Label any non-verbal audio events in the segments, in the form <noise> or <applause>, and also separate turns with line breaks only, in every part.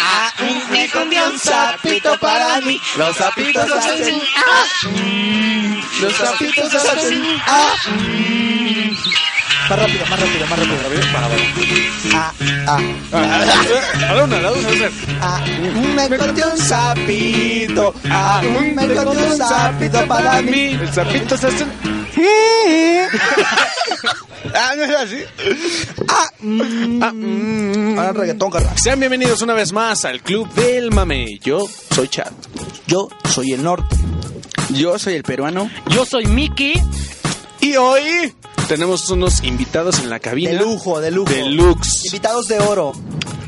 Ah, me convió un sapito para mí. Los sapitos hacen ah. Los sapitos hacen ah. Más rápido, más rápido, más rápido. Ah, ah,
A la una, a la una, a la
ah. Me convió un sapito. Ah, me convió un sapito para mí.
El sapito se hace.
Ah, no es así. Ah, mm, Ahora reggaetón, carnal.
Sean bienvenidos una vez más al Club del Mame. Yo soy Chad.
Yo soy el norte. Yo soy el peruano.
Yo soy Miki.
Y hoy tenemos unos invitados en la cabina.
De lujo, de lujo.
Deluxe.
Invitados de oro.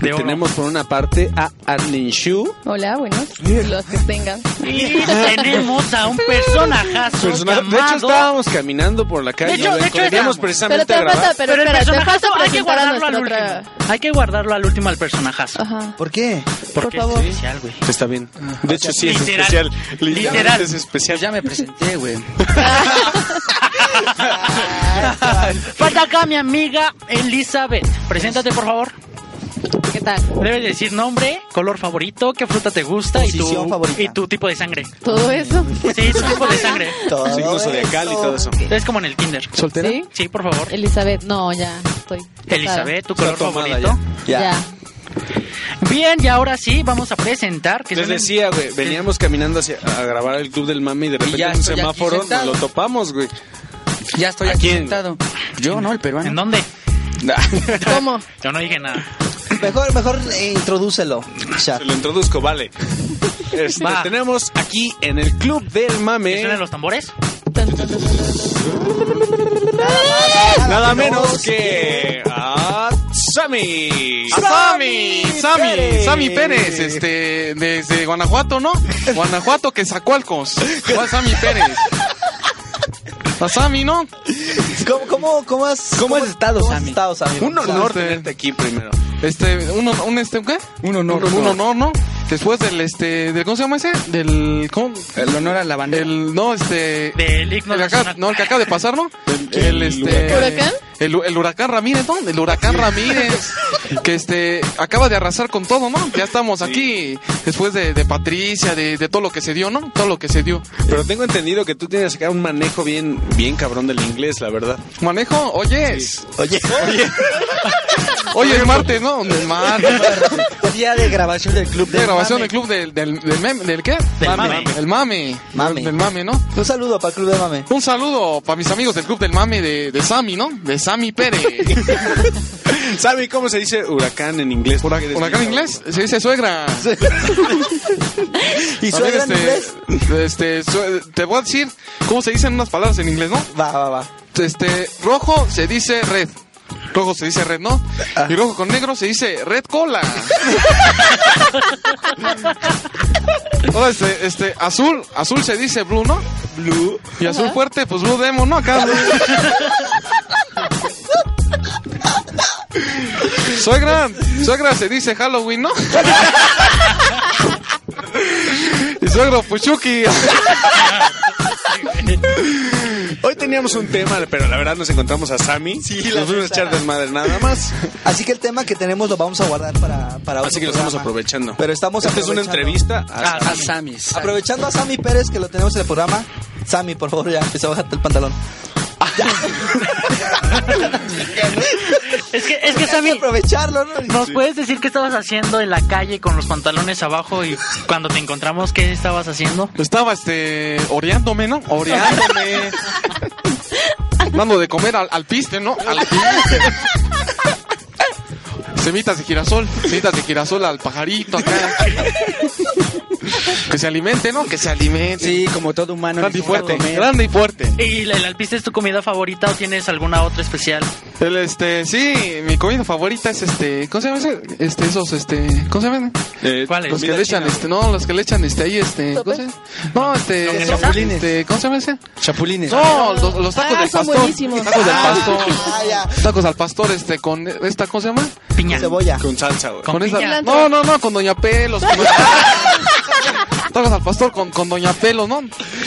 Y tenemos por una parte a Arlene Shu.
Hola, buenos. Los que tengan.
Y tenemos a un personajazo
Persona- de hecho,
llamado-
estábamos caminando por la calle.
De hecho,
nos
de hecho,
encontramos
éramos.
Pero
precisamente
te
a
falta,
grabar.
pero,
el
espera, te
personajazo
falta
hay que
presentar a
guardarlo al
nuestra
último.
otra.
Hay que guardarlo al último al personajazo.
Ajá.
¿Por qué?
Por favor.
especial, güey.
Está bien.
Ah,
De hecho, sí, es
Literal.
especial. Literalmente Es
Pues
especial.
ya me presenté,
<laughs>
güey.
Falta acá mi amiga Elizabeth. Preséntate, por favor.
¿Qué tal?
Debes decir nombre, color favorito, qué fruta te gusta y tu,
Posición favorita.
y tu tipo de sangre.
Todo eso.
Sí, tu tipo de sangre.
Todo
Signo zodiacal y
eso.
todo eso.
Es como en el Tinder.
¿Soltera?
¿Sí?
Sí, por favor.
Elizabeth, no, ya no estoy. casada.
Elizabeth, tu
Está
color
tomada
favorito.
ya.
Ya.
Ya.
Bien, y ahora sí, vamos a presentar. Que
Les
son-
decía, güey, veníamos caminando hacia, a grabar el Club del Mame y de repente
ya
en un
estoy aquí
semáforo nos
sentado.
lo topamos, güey.
Ya estoy
¿A
aquí
quién?
sentado. Yo, ¿no? El
¿En
peruano.
dónde?
¿Cómo?
<laughs> Yo no dije nada.
<laughs> Mejor, mejor eh, introdúcelo. Ya.
Se lo introduzco, vale. Este,
Va.
tenemos aquí en el Club del
¿Que
Mame
suenan los tambores?
Tan, tan, tan, tan.
nada menos que a Sammy.
Sammy
Sammy,
Pérez.
Sammy Pérez, este, desde Guanajuato, ¿no? Guanajuato, que Zacualcos. ¿Cuál Sammy Pérez? A Sammy, ¿no?
¿Cómo, cómo, cómo has,
¿Cómo has estado,
cómo has
Sammy?
estado, Sammy?
Un honor
Tenerte aquí primero.
Este, un, un este, ¿qué?
Un
Un, un honor, ¿no? Después del, este, del, ¿cómo se llama ese? Del, ¿cómo?
El honor a la bandera.
El, no, este...
Del himno
el que acaba-
nacional.
no, el que acaba de pasar, ¿no? este,
El- el huracán.
¿Huracán?
El, el huracán Ramírez, ¿no? El huracán Ramírez, que este, acaba de arrasar con todo, ¿no? Ya estamos aquí, después de, de Patricia, de, de todo lo que se dio, ¿no? Todo lo que se dio.
Pero tengo entendido que tú tienes acá un manejo bien, bien cabrón del inglés,
<laughs>
la verdad.
Manejo, oyes.
Oye,
<laughs>
Hoy es martes, ¿no? El
<laughs>
martes.
día de grabación del club.
De grabación
Mame.
del club del, del, del meme, ¿del qué?
Del mame.
El mame.
Mame.
Del mame, ¿no?
Un saludo para el club de mame.
Un saludo para mis amigos del club del mame de, de Sammy, ¿no? De Sammy
<laughs>
Pérez.
Sammy, ¿cómo se dice huracán en inglés?
Hurac-
Porque eres
Huracán
bien
inglés, se dice suegra.
¿Y
También,
suegra en inglés?
Este, su- te voy a decir cómo se dicen unas palabras en inglés, ¿no?
Va, va, va.
Este, rojo se dice red. Rojo se dice red, ¿no? Y rojo con negro se dice red cola. Ahora, este, este, azul, azul se dice blue, ¿no? Blue. Y azul fuerte, pues blue demo, ¿no? Acá. Suegra, suegra se dice Halloween, ¿no? y suegro, Puchuki.
Hoy teníamos un tema, pero la verdad nos encontramos a Sammy. Sí,
la
nos fuimos a
neta.
echar desmadre nada más.
Así que el tema que tenemos lo vamos a guardar para, para
Así que lo estamos
programa.
aprovechando.
Pero estamos
Esta es una
aprovechando.
entrevista a
Ah,
Ah,
A Sammy. Sammy.
Aprovechando a Sammy Pérez que lo tenemos en el programa. Sammy, por favor, ya empieza a bajarte el pantalón.
<laughs> Es que, es que
<laughs>
Hay que
Sammy,
aprovecharlo, ¿no?
¿nos puedes decir qué estabas haciendo en la calle con los pantalones abajo y cuando te encontramos qué estabas haciendo?
Estaba, este, oreándome, ¿no? Oreándome. Dando de comer al, al piste, ¿no? Al piste. Semitas de girasol, semitas de girasol al pajarito acá. Que se alimente, ¿no? Que se alimente.
Sí, como todo humano.
grande y
necesita
fuerte,
comer.
grande y fuerte.
¿Y la- el alpiste es tu comida favorita o tienes alguna otra especial?
El, este, sí, mi comida favorita es este, ¿cómo se llama ese? Este, esos, este, ¿cómo se llaman?
Eh,
¿Cuál es?
Los que
comida
le echan,
china.
este, no, los que le echan, este, ahí, este, ¿cómo se llama? No, este,
¿Longaniza?
este, ¿cómo se llama ese?
Chapulines.
No, los, los tacos
Ah,
del
son
pastor.
buenísimos.
Tacos del
Ah,
pastor.
ya.
Tacos al pastor, este, con esta, ¿cómo se llama?
Piña.
Cebolla.
Con salsa, güey.
Con piña.
No, no, no, con Doña Pelos. con Doña- Tacos al pastor con, con Doña Pelos, ¿no?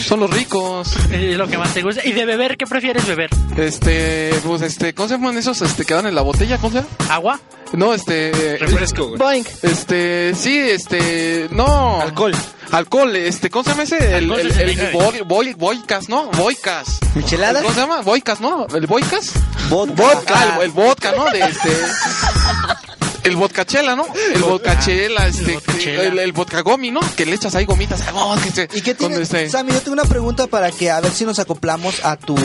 Son los ricos.
Es lo que más te gusta. ¿Y de beber qué prefieres beber?
Este, pues este, ¿cómo se llaman esos este, que dan en la botella? ¿Cómo se llama?
¿Agua?
No, este.
Refresco, güey.
Boink.
Este, sí, este, no.
Alcohol.
Alcohol, este, ¿cómo se llama ese? El,
Alcohol
el, el,
69.
boi- boi- boicas, ¿no? Boicas.
¿Micheladas?
¿Cómo se llama? Boicas, ¿no? ¿El boicas?
Vodka.
Vodka,
Ah.
el, el vodka, ¿no? De este. El vodkachela, ¿no? El vodkachela, este.
vodkachela.
El, el vodkagomi, ¿no? Que le echas ahí gomitas. ay, oh, que se-
¿Y qué
con
tiene?
este-
Sammy, yo tengo una pregunta para que a ver si nos acoplamos a tu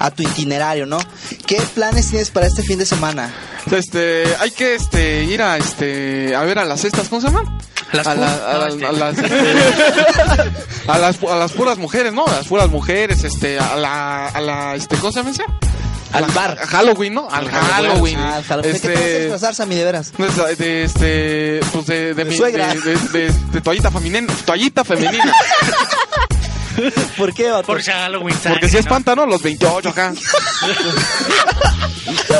a tu itinerario, ¿no? ¿Qué planes tienes para este fin de semana?
Este, hay que este ir a este a ver a las estas, ¿cómo se llaman?
Las
a,
pu-
la- a
no,
la-
este.
a las este, a las pu- a las puras mujeres, ¿no? A las puras mujeres, este, a la a la este, ¿cómo se llama? ese?
Al
A la-
bar.
a Halloween, ¿no? Al Halloween.
Ah, al Halloween. ¿De qué te vas a
Este,
disfrazar, Sammy, de veras?
no, es- de este pues de de, mi-
suegra.
de- de- de- de toallita femenina,
<laughs>
toallita femenina,
¿Por qué, vato?
Por si Halloween sangre,
porque si
¿no?
espanta, ¿no? Los 28 acá.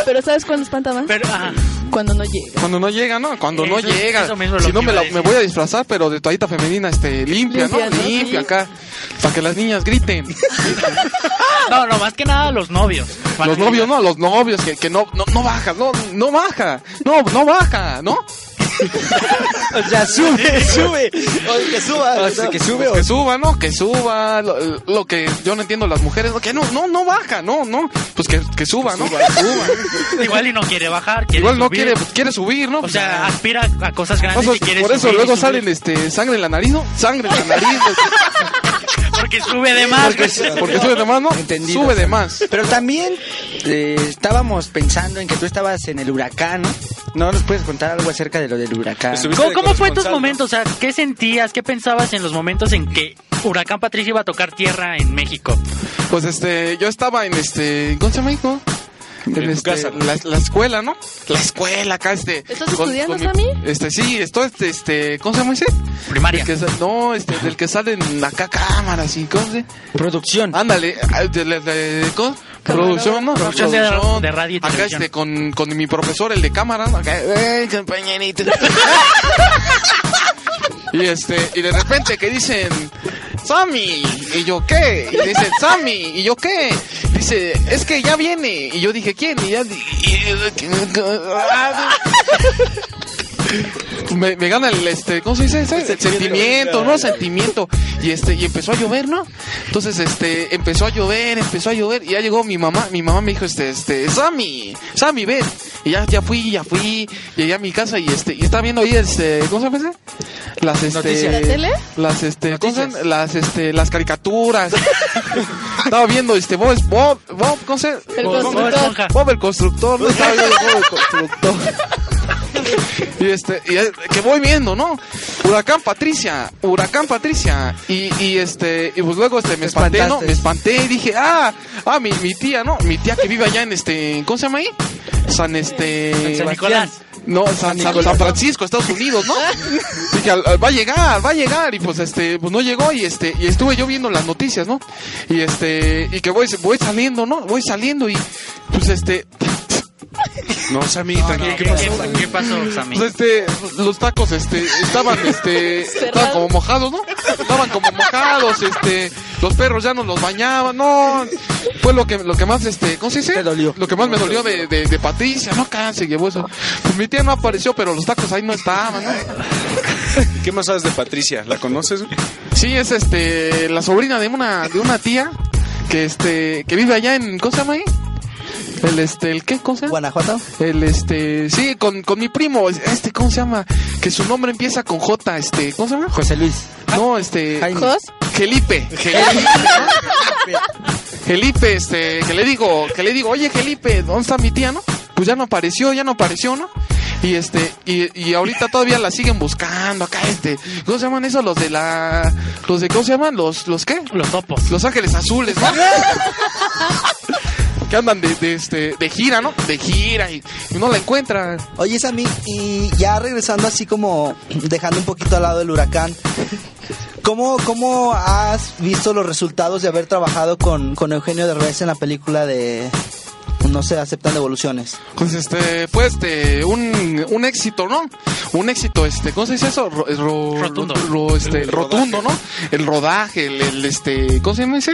Pero ¿sabes cuándo espanta más?
Pero, ajá.
Cuando no llega.
Cuando no llega, ¿no? Cuando no
Eso-
llega.
eso mismo es
si
lo
no
que
me,
iba
la-
a decir.
me voy a disfrazar, pero de toallita femenina, este, limpia,
Limpia,
¿no?
¿no?
Limpia
Sí.
acá. Para que las niñas griten.
No, no, más que nada los novios. Van a
Los
gritar.
novios, ¿no? Los novios que, que no, no, no baja, no, no baja. No, no baja, ¿no?
Ya
<laughs>
sube, sube. Oye, que suba.
O sea, que sube
Pues
o-
que suba, ¿no? Que suba. Lo, lo que yo no entiendo, las mujeres, ¿no? que no, no, no baja, no, no. Pues que, que suba, ¿no?
Igual y no quiere bajar. Quiere
Igual no
subir.
quiere, pues, quiere subir, ¿no?
O
pues,
sea, aspira a cosas grandes
Por
y quiere
eso
subir y
luego
subir.
salen este, sangre en la nariz, ¿no? Sangre en la
<laughs>
nariz.
Porque sube de más.
porque, porque sube de más, ¿no?
Entendido.
Sube de más.
Pero también eh, estábamos pensando en que tú estabas en el huracán, ¿no? ¿No nos puedes contar algo acerca de lo del huracán?
Estuviste
¿Cómo,
de
cómo fue tus
corresponsal, ¿no?
momentos? O sea, ¿qué sentías? ¿Qué pensabas en los momentos en que Huracán Patricia iba a tocar tierra en México?
Pues este, yo estaba en este, ¿cómo se llama hijo?
En tu
este,
casa.
La, la escuela, ¿no? La escuela acá, este.
¿Estás estudiando,
mi-
Sammy?
Este, sí, estoy, este, este, ¿cómo se llama ese?
Primaria.
El que sa- no, este, del que salen acá cámaras y cosas. ¿eh?
Producción.
Ándale, ah, de, de- de- ¿cómo? Producción, ¿no?
Producción de- de radio y
Acá
televisión.
este, con, con mi profesor, el de cámara, ¿no? Acá, ¡ay,
<laughs>
compañerito! y este, y de repente que dicen, Sammy, y yo, ¿qué? Y dicen, Sammy, y yo, ¿qué? Dice, es que ya viene. Y yo dije, ¿quién? Y ya... di- y- Me, me gana el, este, ¿cómo se dice? ese? El sentimiento, ¿no? Sentimiento. Y este, y empezó a llover, ¿no? Entonces, este, empezó a llover, empezó a llover, y ya llegó mi mamá, mi mamá me dijo, este, este, Sammy, Sammy, ven. Y ya, ya fui, ya fui, llegué a mi casa y este, y estaba viendo ahí, este, ¿cómo se llama ese? Las, este.
Noticias.
¿La tele?
Las, este, ¿cómo se llama? Las, este, las caricaturas. <laughs> estaba viendo, este, Bob, Bob, Bob, ¿cómo se
El
Bob-
constructor.
Bob Esponja.
Bob el constructor, no estaba viendo Bob el constructor. Y este, y eh, que voy viendo, ¿no? Huracán Patricia, Huracán Patricia. Y, y este, y pues luego este, me espanté, ¿no?
espantaste.
Me espanté y dije, ah, ah, mi, mi tía, ¿no? Mi tía que vive allá en este, ¿cómo se llama ahí? San este.
San Nicolás.
No, San, San- San Francisco, Estados Unidos, ¿no? Dije, "Al- al- va a llegar, va a llegar. Y pues este, pues no llegó y este, y estuve yo viendo las noticias, ¿no? Y este, y que voy, voy saliendo, ¿no? Voy saliendo y pues este,
No, Sammy, tranquilo,
¿Qué,
¿qué pasó?
qué- qué pasó, Sammy?
pues este, los tacos, este, estaban, este, estaban como mojados, ¿no? Estaban como mojados, este, los perros ya no los bañaban, no. Fue lo que, lo que más, este, ¿cómo se dice?
Te dolió.
Lo que más me dolió de, de, de Patricia, ¿no? Acá se llevó eso. Pues mi tía no apareció, pero los tacos ahí no estaban, ¿no?
¿Qué más sabes de Patricia? ¿La conoces? güey?
Sí, es este, la sobrina de una, de una tía, que este, que vive allá en, ¿cómo se llama ahí? El este, el qué, ¿cómo se llama?
Guanajuato.
El este, sí, con, con mi primo, este, ¿cómo se llama? Que su nombre empieza con J, este, ¿cómo se llama?
José Luis.
No, este,
Jaime.
¿Jos?
Gelipe, Gelipe, ¿no? Gelipe, este, que le digo, que le digo, oye Gelipe, ¿dónde está mi tía, no? Pues ya no apareció, ya no apareció, ¿no? Y este, y, y ahorita todavía la siguen buscando acá, este, ¿cómo se llaman esos los de la, los de, ¿cómo se llaman? Los, los qué?
Los topos.
Los Ángeles Azules, ¿no? que andan de, de, este, de gira, ¿no? De gira y, y no la encuentran.
Oye, Sammy, y ya regresando así como dejando un poquito al lado del huracán, ¿cómo, cómo has visto los resultados de haber trabajado con, con Eugenio Derbez en la película de No se aceptan devoluciones?
Pues este, fue este, un, un éxito, ¿no? Un éxito, este, ¿cómo se dice eso? Ro- ro-
Rotundo.
ro- este, rotundo, ¿no? El rodaje, el, el, este, ¿cómo se llama ese?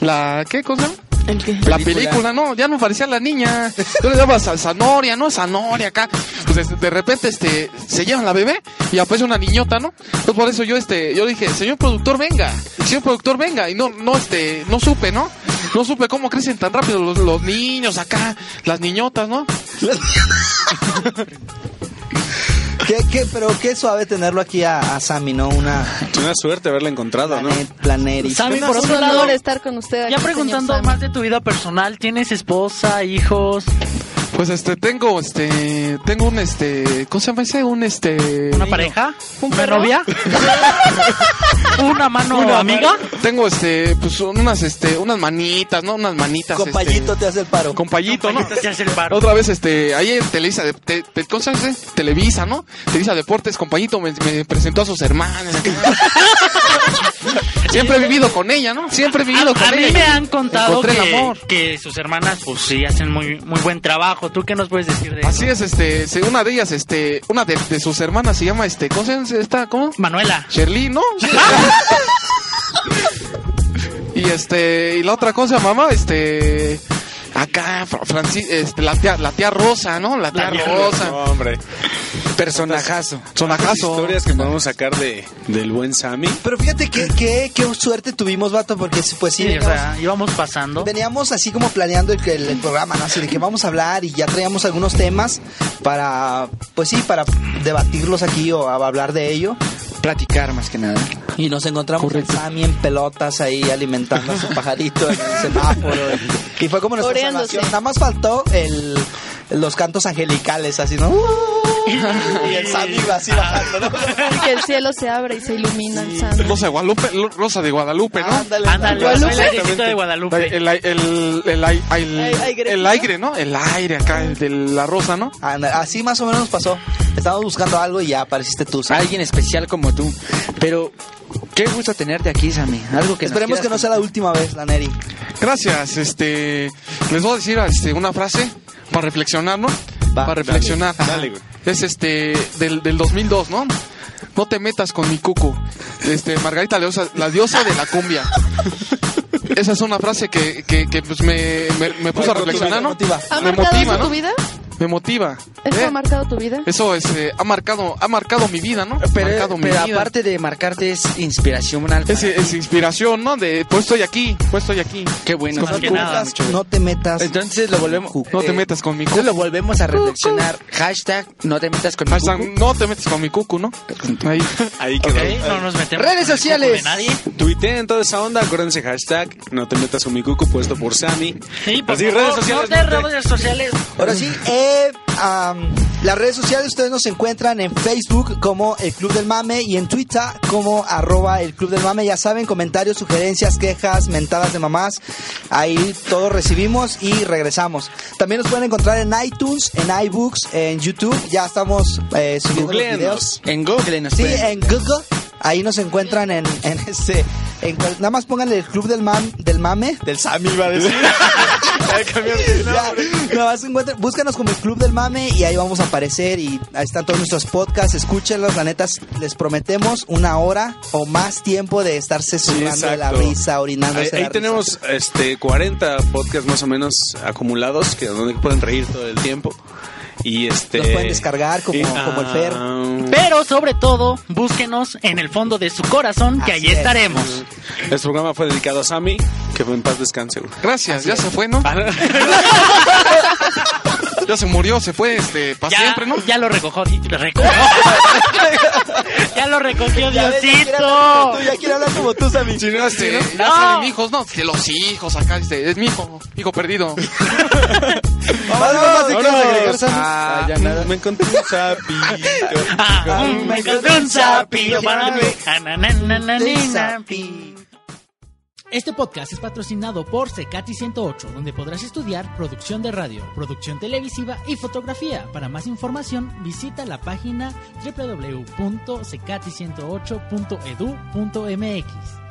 La, ¿qué cosa?
¿El qué?
La película, no, ya no parecía la niña. Yo le daba sal- zanoria, ¿no? Zanoria acá. Pues este, de repente este, se llevan la bebé y aparece una niñota, ¿no? Entonces por eso yo este, yo dije, señor productor, venga, señor productor, venga. Y no, no, este, no supe, ¿no? No supe cómo crecen tan rápido los, los niños acá, las niñotas, ¿no?
¿Qué, qué, pero qué suave tenerlo aquí a, a Sammy, ¿no? Una
Es una suerte haberla encontrado, ¿no?
planet, planeri.
Sammy, por
Es un
otro lado,
honor estar con usted aquí,
ya
señor
preguntando
Sam.
más de tu vida personal, ¿tienes esposa, hijos,
Pues este, tengo este, tengo un este, ¿cómo se llama ese? Un este.
una
niño.
pareja,
¿Un
una
perro?
novia, una mano amiga?
Tengo este, pues unas este, unas manitas, ¿no? Unas manitas. este,
Compayito te hace el paro.
Compayito, ¿no?
Compañita, te hace el paro.
Otra vez, este, ahí en Televisa, de, te- te- ¿cómo se dice? Televisa, ¿no? Televisa Deportes, compañito, me, me presentó a sus hermanas.
<laughs>
Siempre he vivido con ella, ¿no? Siempre he vivido con
A, a
ella.
mí me han contado
Encontré el
que,
amor.
que sus hermanas, pues sí, hacen muy, muy buen trabajo. ¿Tú qué nos puedes decir de eso?
Así es, este, se- una de ellas, este, una de, de sus hermanas se llama, este, ¿cómo se dice esta? ¿Cómo?
Manuela.
Sherly,
<laughs>
¿no? y este, y la otra cosa, mamá, este, acá, Fra- Franci- este, la tía, la tía Rosa, ¿no? La
La
tía
tía
Rosa.
No, hombre.
Personajazo.
Sonajazo.
Historias que podemos sacar de, del buen Sammy.
Pero fíjate que, que, qué suerte tuvimos, vato, porque pues sí,
Sí, o
veníamos,
sea, íbamos pasando.
veníamos así como planeando el, el- el programa, ¿no? Así de que vamos a hablar y ya traíamos algunos temas para, pues sí, para debatirlos aquí o a- hablar de ello.
Platicar más que nada.
Y nos encontramos con Sammy en pelotas ahí alimentando <laughs> a su pajarito en el semáforo. Y fue como nuestra
Oreándose.
salvación. Nada más faltó el, los cantos angelicales, así, ¿no? Y el Sammy iba así bajando, ¿no?
Y que el cielo se abre y se ilumina el Sam.
Rosa de Guadalupe, Lo- Rosa de Guadalupe, ¿no?
<laughs> Ándale,
Ándale,
ándale.
soy la viejita de Guadalupe.
El, ai- el, el, ai- el-
Ay- aire,
el
¿no?
aire, ¿no? El aire acá, el de la rosa, ¿no?
Anda, así más o menos nos pasó. Estábamos buscando algo y ya apareciste tú. Sammy.
Alguien especial como tú. Pero qué gusto tenerte aquí, Sammy. Algo que nos
Esperemos
quieras
que no sea la última vez, la Neri.
Gracias, este. Les voy a decir este, una frase para reflexionar, ¿no?
Va,
para reflexionar.
dale,
Ajá.
dale, güey.
es este. Del, del 2002, ¿no? No te metas con mi cuco. Este, Margarita Leosa, la diosa de la cumbia. Esa es una frase que, que, que, pues me, me, me puso a reflexionar, ¿no?
Motiva.
¿Ha
Me
marcado
motiva,
eso tu
¿no?
vida?
Me motiva.
¿Eso
¿eh?
ha marcado tu vida?
Eso este, ha marcado, ha marcado mi vida, ¿no? Ha
Pero,
marcado mi
pero
vida.
aparte de marcarte es inspiracional.
es, es inspiración, ¿no? De pues estoy aquí, pues estoy aquí.
Qué bueno.
Más que nada.
Cucas, no te metas.
Entonces lo volvemos.
No te
eh,
metas con mi
Entonces
cucu.
lo volvemos a reflexionar. Hashtag no te metas con mi
Hashtag,
cucu.
no te metas con mi cucu, ¿no? Ahí. <laughs>
Ahí
Ok,
quedó.
no nos metemos.
Redes
con el
sociales.
cuco de nadie.
Tuiteen toda esa onda, acuérdense hashtag, no te metas con mi cuco puesto por Sammy.
Pues
Sí, por
Así,
favor,
redes sociales.
no te redes sociales.
Ahora sí, eh, am, las redes sociales ustedes nos encuentran en Facebook como el Club del Mame y en Twitter como arroba el Club del Mame. Ya saben, comentarios, sugerencias, quejas, mentadas de mamás. Ahí todo recibimos y regresamos. También nos pueden encontrar en iTunes, en iBooks, en YouTube. Ya estamos eh, subiendo los
Googleenos.
videos.
En Google nos
Sí,
pueden-
en Google. Ahí nos encuentran en, en este. en cual- nada más pónganle el club del mam, del mame. Del Sammy iba a <laughs> decir. Ya, nada más encuentran- búscanos como el club del mame y ahí vamos a aparecer. Y ahí están todos nuestros podcasts. Escúchenlos, la neta. Les prometemos una hora o más tiempo de estarse sudando de la
exacto.
risa, orinando.
Ahí, ahí tenemos este 40 podcasts más o menos acumulados que donde pueden reír todo el tiempo. Y este
Los pueden descargar como-
y-
como el Fer.
ah,
Pero sobre todo, búsquenos en el fondo de su corazón, que
Así
allí
es.
estaremos.
Este programa fue dedicado a Sammy, que fue en paz
<laughs>
descanse. güey.
Gracias, ya se fue, ¿no?
Ah,
ya se murió, se fue, este, para
Ya,
siempre, ¿no?
ya lo recogió. recogió. <laughs> ya lo recogió Diosito.
Tú ya quiere hablar como tú, Sammy.
Este, ya
No.
saben, hijos, no, que los hijos acá, este, es mi hijo, hijo perdido.
Algo más que quieras agregar, Sammy.
Ah,
ya nada.
Me encontré un sapito.
Ah, me encontré un sapillo para mí. Ah, na, na, na, na, ni, na.
Este podcast es patrocinado por Secati 108, donde podrás estudiar producción de radio, producción televisiva y fotografía. Para más información, visita la página www.secati108.edu.mx.